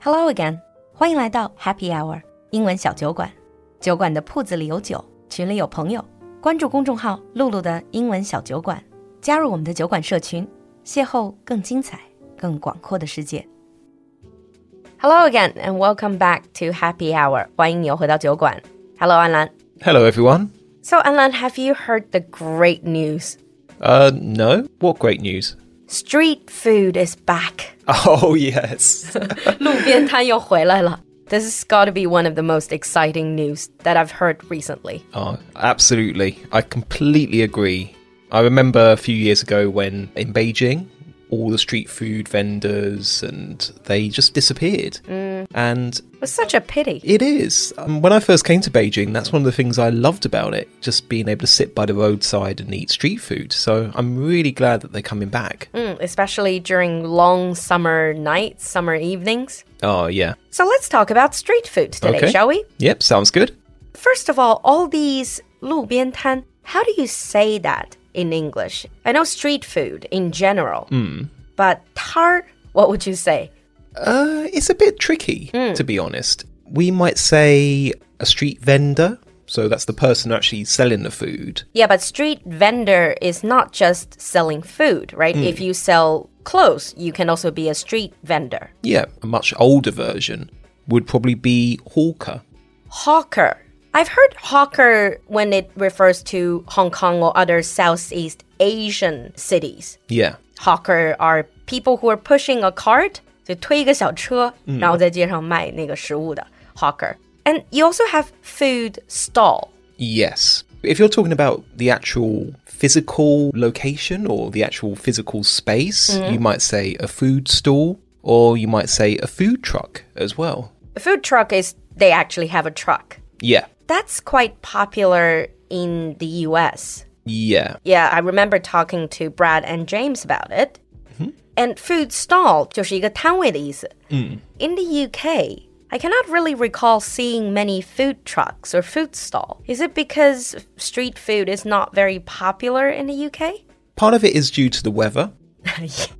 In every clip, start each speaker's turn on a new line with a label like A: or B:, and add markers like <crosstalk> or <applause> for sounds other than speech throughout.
A: Hello again，欢迎来到 Happy Hour 英文小酒馆。酒馆的铺子里有酒，群里有朋友。关注公众号“露露的英文小酒馆”，加入我们的酒馆社群，邂逅更精彩、更广阔的世界。Hello again and welcome back to Happy Hour，欢迎你又回到酒馆。Hello，安澜。
B: Hello, everyone.
A: So, Anlan, have you heard the great news?
B: Uh, no? What great news?
A: Street food is back.
B: <laughs> Oh, yes.
A: 路边摊又回来了. This has got to be one of the most exciting news that I've heard recently.
B: <laughs> oh, absolutely. I completely agree. I remember a few years ago when in Beijing, all the street food vendors and they just disappeared. And
A: It's such a pity.
B: it is. Um, when I first came to Beijing, that's one of the things I loved about it, just being able to sit by the roadside and eat street food. So I'm really glad that they're coming back.
A: Mm, especially during long summer nights, summer evenings.
B: Oh, yeah.
A: So let's talk about street food today,
B: Okay.
A: shall we?
B: Yep, sounds good.
A: First of all, all these 路边摊, how do you say that in English? I know street food in general, but tar, what would you say?
B: Uh, it's a bit tricky, to be honest. We might say a street vendor. So that's the person actually selling the food.
A: Yeah, but street vendor is not just selling food, right? If you sell clothes, you can also be a street vendor.
B: Yeah, a much older version would probably be hawker.
A: Hawker. I've heard hawker when it refers to Hong Kong or other Southeast Asian cities.
B: Yeah.
A: Hawker are people who are pushing a cart, 就推一个小车，然后在街上卖那个食物的hawker. And you also have food stall.
B: Yes. If you're talking about the actual physical location or the actual physical space, you might say a food stall or you might say a food truck as well.
A: A food truck is they actually have a truck.
B: Yeah.
A: That's quite popular in the US.
B: Yeah.
A: Yeah, I remember talking to Brad and James about it. And food stall 就是一个摊位的意思。In the UK, I cannot really recall seeing many food trucks or food stall. Is it because street food is not very popular in the <laughs> UK?
B: Part of it is due to the weather.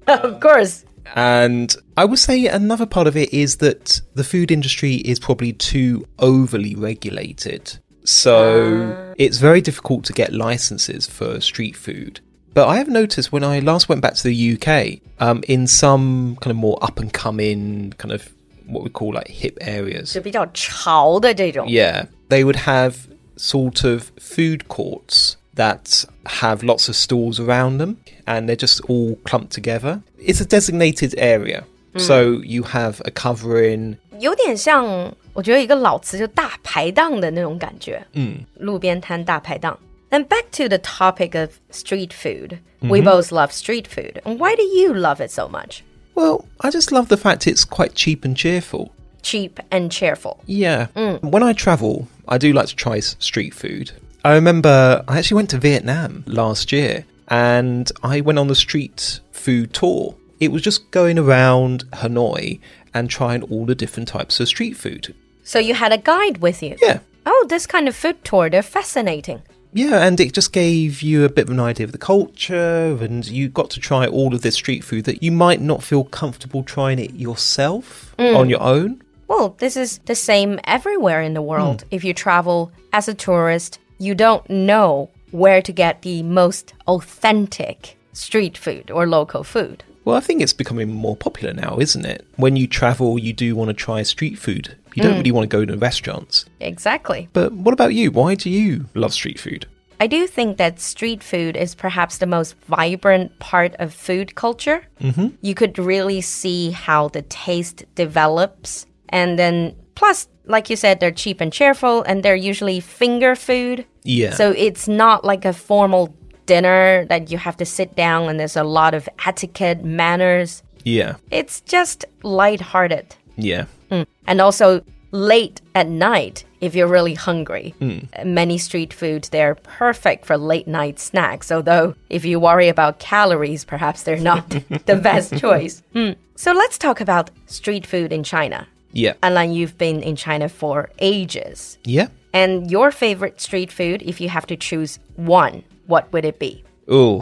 A: of course.
B: And I would say another part of it is that the food industry is probably too overly regulated. So it's very difficult to get licenses for street food. But I have noticed when I last went back to the UK, um, in some kind of more up and coming, kind of what we call like hip areas,
A: 就比较潮的这种。
B: yeah, they would have sort of food courts that have lots of stalls around them and they're just all clumped together. It's a designated area. So you have a covering.
A: 有点像，我觉得一个老词就大排档的那种感觉。嗯，路边摊大排档。And back to the topic of street food. We both love street food. And why do you love it so much?
B: Well, I just love the fact it's quite cheap and cheerful.
A: Cheap and cheerful.
B: Yeah. When I travel, I do like to try s- street food. I remember I actually went to Vietnam last year and I went on the street food tour. It was just going around Hanoi and trying all the different types of street food.
A: So you had a guide with you.
B: Yeah.
A: Oh, this kind of food tour, they're fascinating.
B: Yeah, and it just gave you a bit of an idea of the culture, and you got to try all of this street food that you might not feel comfortable trying it yourself on your own.
A: Well, this is the same everywhere in the world. If you travel as a tourist, you don't know where to get the most authentic street food or local food.
B: Well, I think it's becoming more popular now, isn't it? When you travel, you do want to try street food. You don't really want to go to restaurants.
A: Exactly.
B: But what about you? Why do you love street food?
A: I do think that street food is perhaps the most vibrant part of food culture. Mm-hmm. You could really see how the taste develops. And then, plus, like you said, they're cheap and cheerful, and they're usually finger food.
B: Yeah.
A: So it's not like a formal dinner that you have to sit down and there's a lot of etiquette, manners.
B: yeah.
A: It's just lighthearted.
B: Yeah.
A: And also late at night if you're really hungry. Many street foods they're perfect for late night snacks, although if you worry about calories, perhaps they're not <laughs> the best choice. Hmm. So let's talk about street food in China.
B: Yeah.
A: Alan, you've been in China for ages.
B: Yeah.
A: And your favorite street food, if you have to choose one, what would it be?
B: Oh,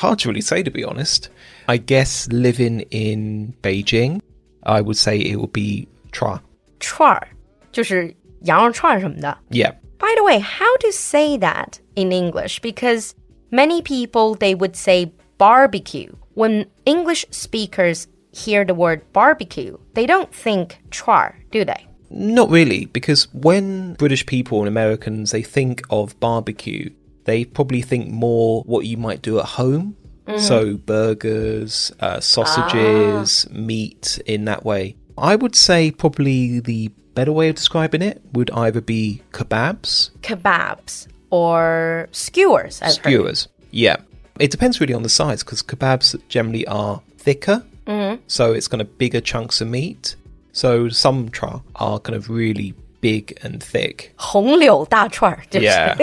B: hard to really say, to be honest. I guess living in Beijing, I would say it would be tra.
A: 串儿，就是羊肉串儿什么的。
B: Yeah.
A: By the way, how to say that in English? Because many people they would say barbecue. When English speakers hear the word barbecue, they don't think char, do they?
B: Not really, because when British people and Americans they think of barbecue, they probably think more what you might do at home. So burgers, uh, sausages, meat in that way. I would say probably the better way of describing it would either be kebabs,
A: Kebabs or skewers. I've heard.
B: skewers. Yeah, it depends really on the size because kebabs generally are thicker, so it's kind of bigger chunks of meat. So some tra are kind of really big and thick.
A: <laughs> 红柳大串儿，就是
B: Yeah.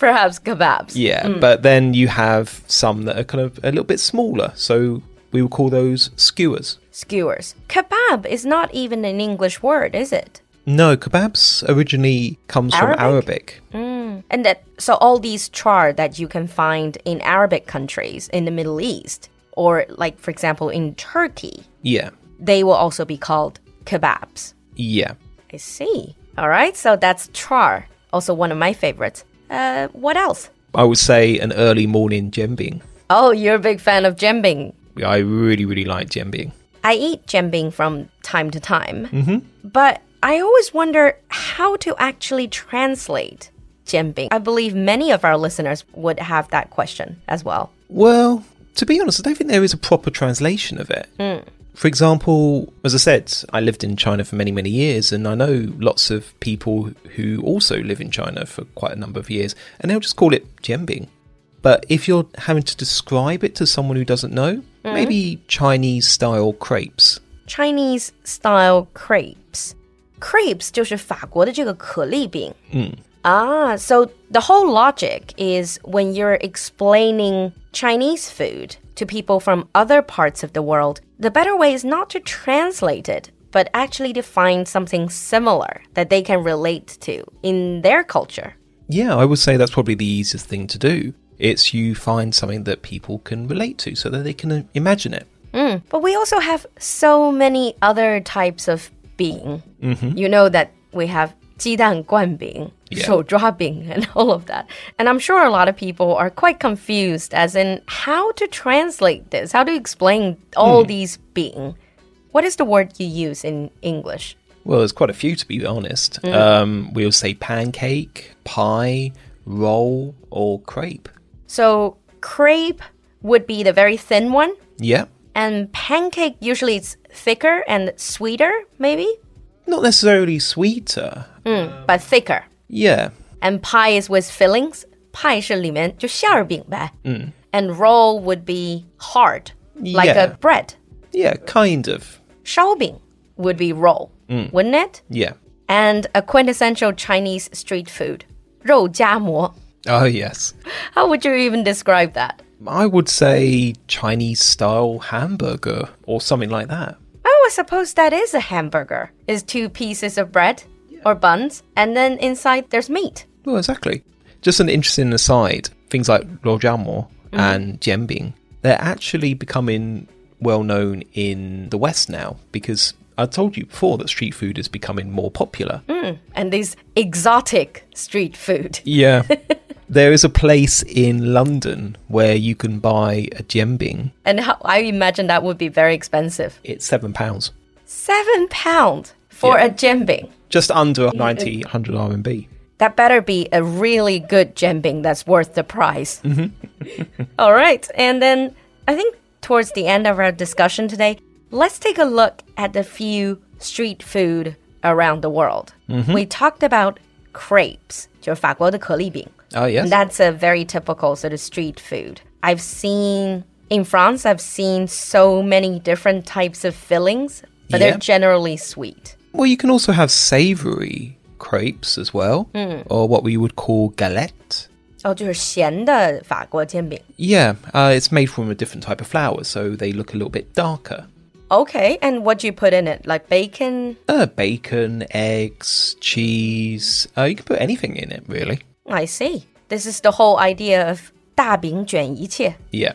A: perhaps kebabs.
B: Yeah, but then you have some that are kind of a little bit smaller. So we would call those skewers.
A: Skewers. Kebab is not even an English word, is it?
B: No, kebabs originally comes
A: Arabic?
B: from Arabic.
A: Mm. And that so all these char that you can find in Arabic countries in the Middle East or like for example in Turkey,
B: Yeah,
A: they will also be called kebabs.
B: yeah.
A: I see. All right, so that's char, also one of my favorites. Uh, what else?
B: I would say an early morning jembing.
A: Oh, you're a big fan of jembing.
B: I really, really like jembing.
A: I eat jembing from time to time, but I always wonder how to actually translate jembing. I believe many of our listeners would have that question as well.
B: Well, to be honest, I don't think there is a proper translation of it. For example, as I said, I lived in China for many, many years, and I know lots of people who also live in China for quite a number of years, and they'll just call it jembing. But if you're having to describe it to someone who doesn't know, maybe Chinese style crepes.
A: Chinese style crepes. Crepes 就是法国的这个可丽饼。Ah, so the whole logic is when you're explaining Chinese food to people from other parts of the world, the better way is not to translate it, but actually to find something similar that they can relate to in their culture.
B: Yeah, I would say that's probably the easiest thing to do. It's you find something that people can relate to so that they can uh, imagine it.
A: But we also have so many other types of being. You know that we have 鸡蛋灌饼,
B: Yeah.
A: 手抓饼, <laughs> and all of that. And I'm sure a lot of people are quite confused as in how to translate this, how to explain all these being. What is the word you use in English?
B: Well, there's quite a few to be honest. Um, we'll say pancake, pie, roll, or crepe.
A: So crepe would be the very thin one,
B: Yeah,
A: and pancake usually it's thicker and sweeter, maybe,
B: not necessarily sweeter.
A: but thicker.
B: Yeah,
A: and pie is with fillings. Pie 是里面就馅儿饼呗。And roll would be hard, like
B: Yeah.
A: a bread.
B: yeah, kind of.
A: 烧饼 would be roll, wouldn't it?
B: Yeah.
A: And a quintessential Chinese street food, 肉夹馍.
B: Oh yes,
A: How would you even describe that?
B: I would say Chinese style hamburger or something like that.
A: Oh, I suppose that is a hamburger. Is two pieces of bread or buns, and then inside there's meat.
B: Well, exactly. Just an interesting aside, things like rojamo and jembing, they're actually becoming well known in the West now because I told you before that street food is becoming more popular.
A: And these exotic street food.
B: Yeah. there is a place in London where you can buy a jembing.
A: And how, I imagine that would be very expensive.
B: It's seven pounds.
A: Seven pounds for
B: Yeah.
A: a jembing.
B: Just under 90, 100 RMB.
A: That better be a really good jembing that's worth the price.
B: Mm-hmm. <laughs>
A: All right. And then I think towards the end of our discussion today, let's take a look at the few street food around the world.
B: Mm-hmm.
A: We talked about crepes, 就是法国的可丽饼.
B: Oh, yes.
A: And that's a very typical sort of street food. I've seen in France, I've seen so many different types of fillings, but
B: Yeah.
A: they're generally sweet.
B: well, you can also have savoury crepes as well, or what we would call galette.
A: 哦，就是咸的法国煎饼。Okay,
B: Yeah, uh, it's made from a different type of flour, so they look a little bit darker.
A: and what do you put in it? Like bacon?
B: Uh, bacon, eggs, cheese. Uh, you can put anything in it, really.
A: I see. This is the whole idea of 大饼卷一切. <laughs>
B: Yeah.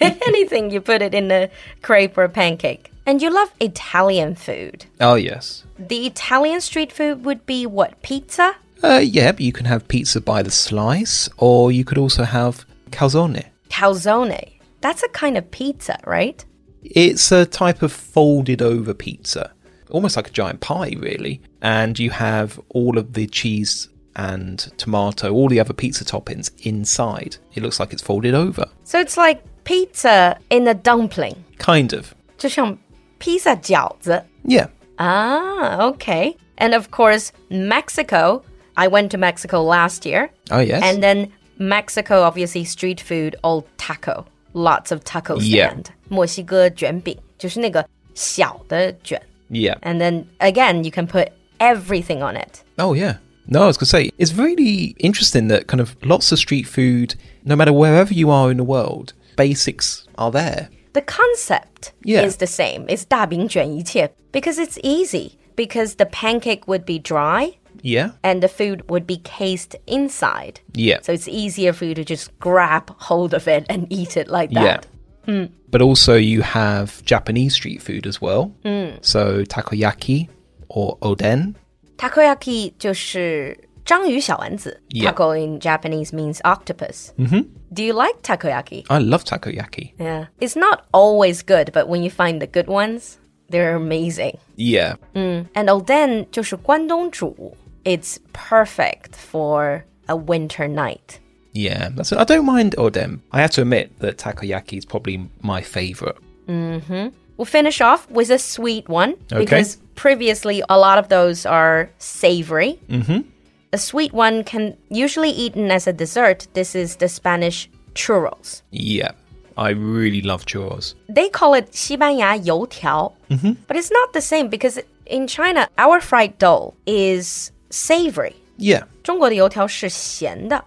A: Anything you put it in a crepe or pancake. And you love Italian food.
B: Oh, yes.
A: The Italian street food would be what? Pizza?
B: Uh, yeah, but you can have pizza by the slice, or you could also have calzone.
A: Calzone. That's a kind of pizza, right?
B: It's a type of folded over pizza, almost like a giant pie, really. And you have all of the cheese and tomato, all the other pizza toppings inside. It looks like it's folded over.
A: So it's like pizza in a dumpling.
B: Kind of.
A: 就像 pizza 饺子.
B: Yeah.
A: Ah, okay. And of course, Mexico. I went to Mexico last year.
B: Oh, yes.
A: And then Mexico, obviously, street food, all taco. Lots of taco
B: Yeah.
A: stand. 墨西哥卷饼就是那个小的卷.
B: yeah.
A: And then again, you can put everything on it.
B: Oh, yeah. No, I was going to say, it's really interesting that kind of lots of street food, no matter wherever you are in the world, basics are there.
A: The concept
B: Yeah.
A: is the same. It's 大饼卷一切 because it's easy. Because the pancake would be dry
B: Yeah.
A: and the food would be cased inside.
B: Yeah.
A: So it's easier for you to just grab hold of it and eat it like
B: Yeah. Hmm.
A: that.
B: But also, you have Japanese street food as well. So, takoyaki or oden.
A: Takoyaki 就是章鱼小丸子.
B: Yeah. Mm-hmm.
A: Taco in Japanese means octopus. Do you like takoyaki?
B: I love takoyaki.
A: Yeah. It's not always good, but when you find the good ones, they're amazing.
B: Yeah.
A: And oden 就是关东煮. It's perfect for a winter night.
B: Yeah. That's it. I don't mind oden. I have to admit that takoyaki is probably my favorite.
A: We'll finish off with a sweet one
B: Okay.
A: because previously a lot of those are savory. Mm-hmm. A sweet one can usually eaten as a dessert. This is the Spanish churros.
B: Yeah. I really love churros.
A: They call it 西班牙油条, mm-hmm. but it's not the same because in China our fried dough is savory.
B: Yeah.
A: 中国的油条是咸的,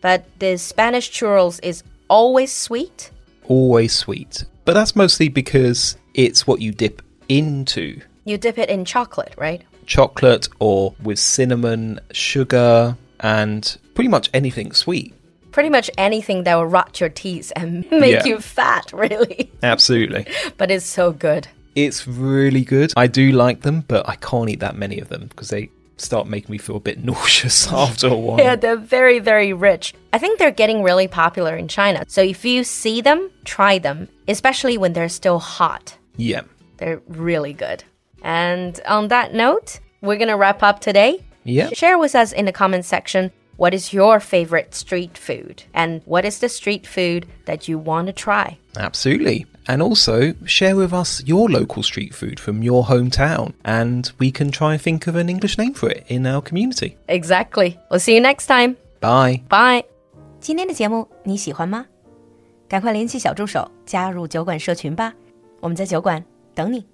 A: but the Spanish churros is always sweet.
B: Always sweet. But that's mostly because it's what you dip into
A: You dip it in chocolate, right?
B: chocolate or with cinnamon, sugar, and pretty much anything sweet.
A: pretty much anything that will rot your teeth and <laughs> make
B: Yeah.
A: you fat, <laughs> really.
B: Absolutely.
A: But it's so good.
B: It's really good. I do like them, but I can't eat that many of them because they start making me feel a bit <laughs> nauseous after a while.
A: Yeah, they're very, very rich. I think they're getting really popular in China. So if you see them, try them, especially when they're still hot.
B: Yeah.
A: They're really good. And on that note, we're going to wrap up today.
B: Yeah.
A: Share with us in the comment section what is your favorite street food and what is the street food that you want to try.
B: Absolutely. And also share with us your local street food from your hometown, and we can try and think of an English name for it in our community.
A: Exactly. We'll see you next time.
B: Bye.
A: Bye.
C: 今天的节目你喜欢吗？赶快联系小助手加入酒馆社群吧，我们在酒馆等你。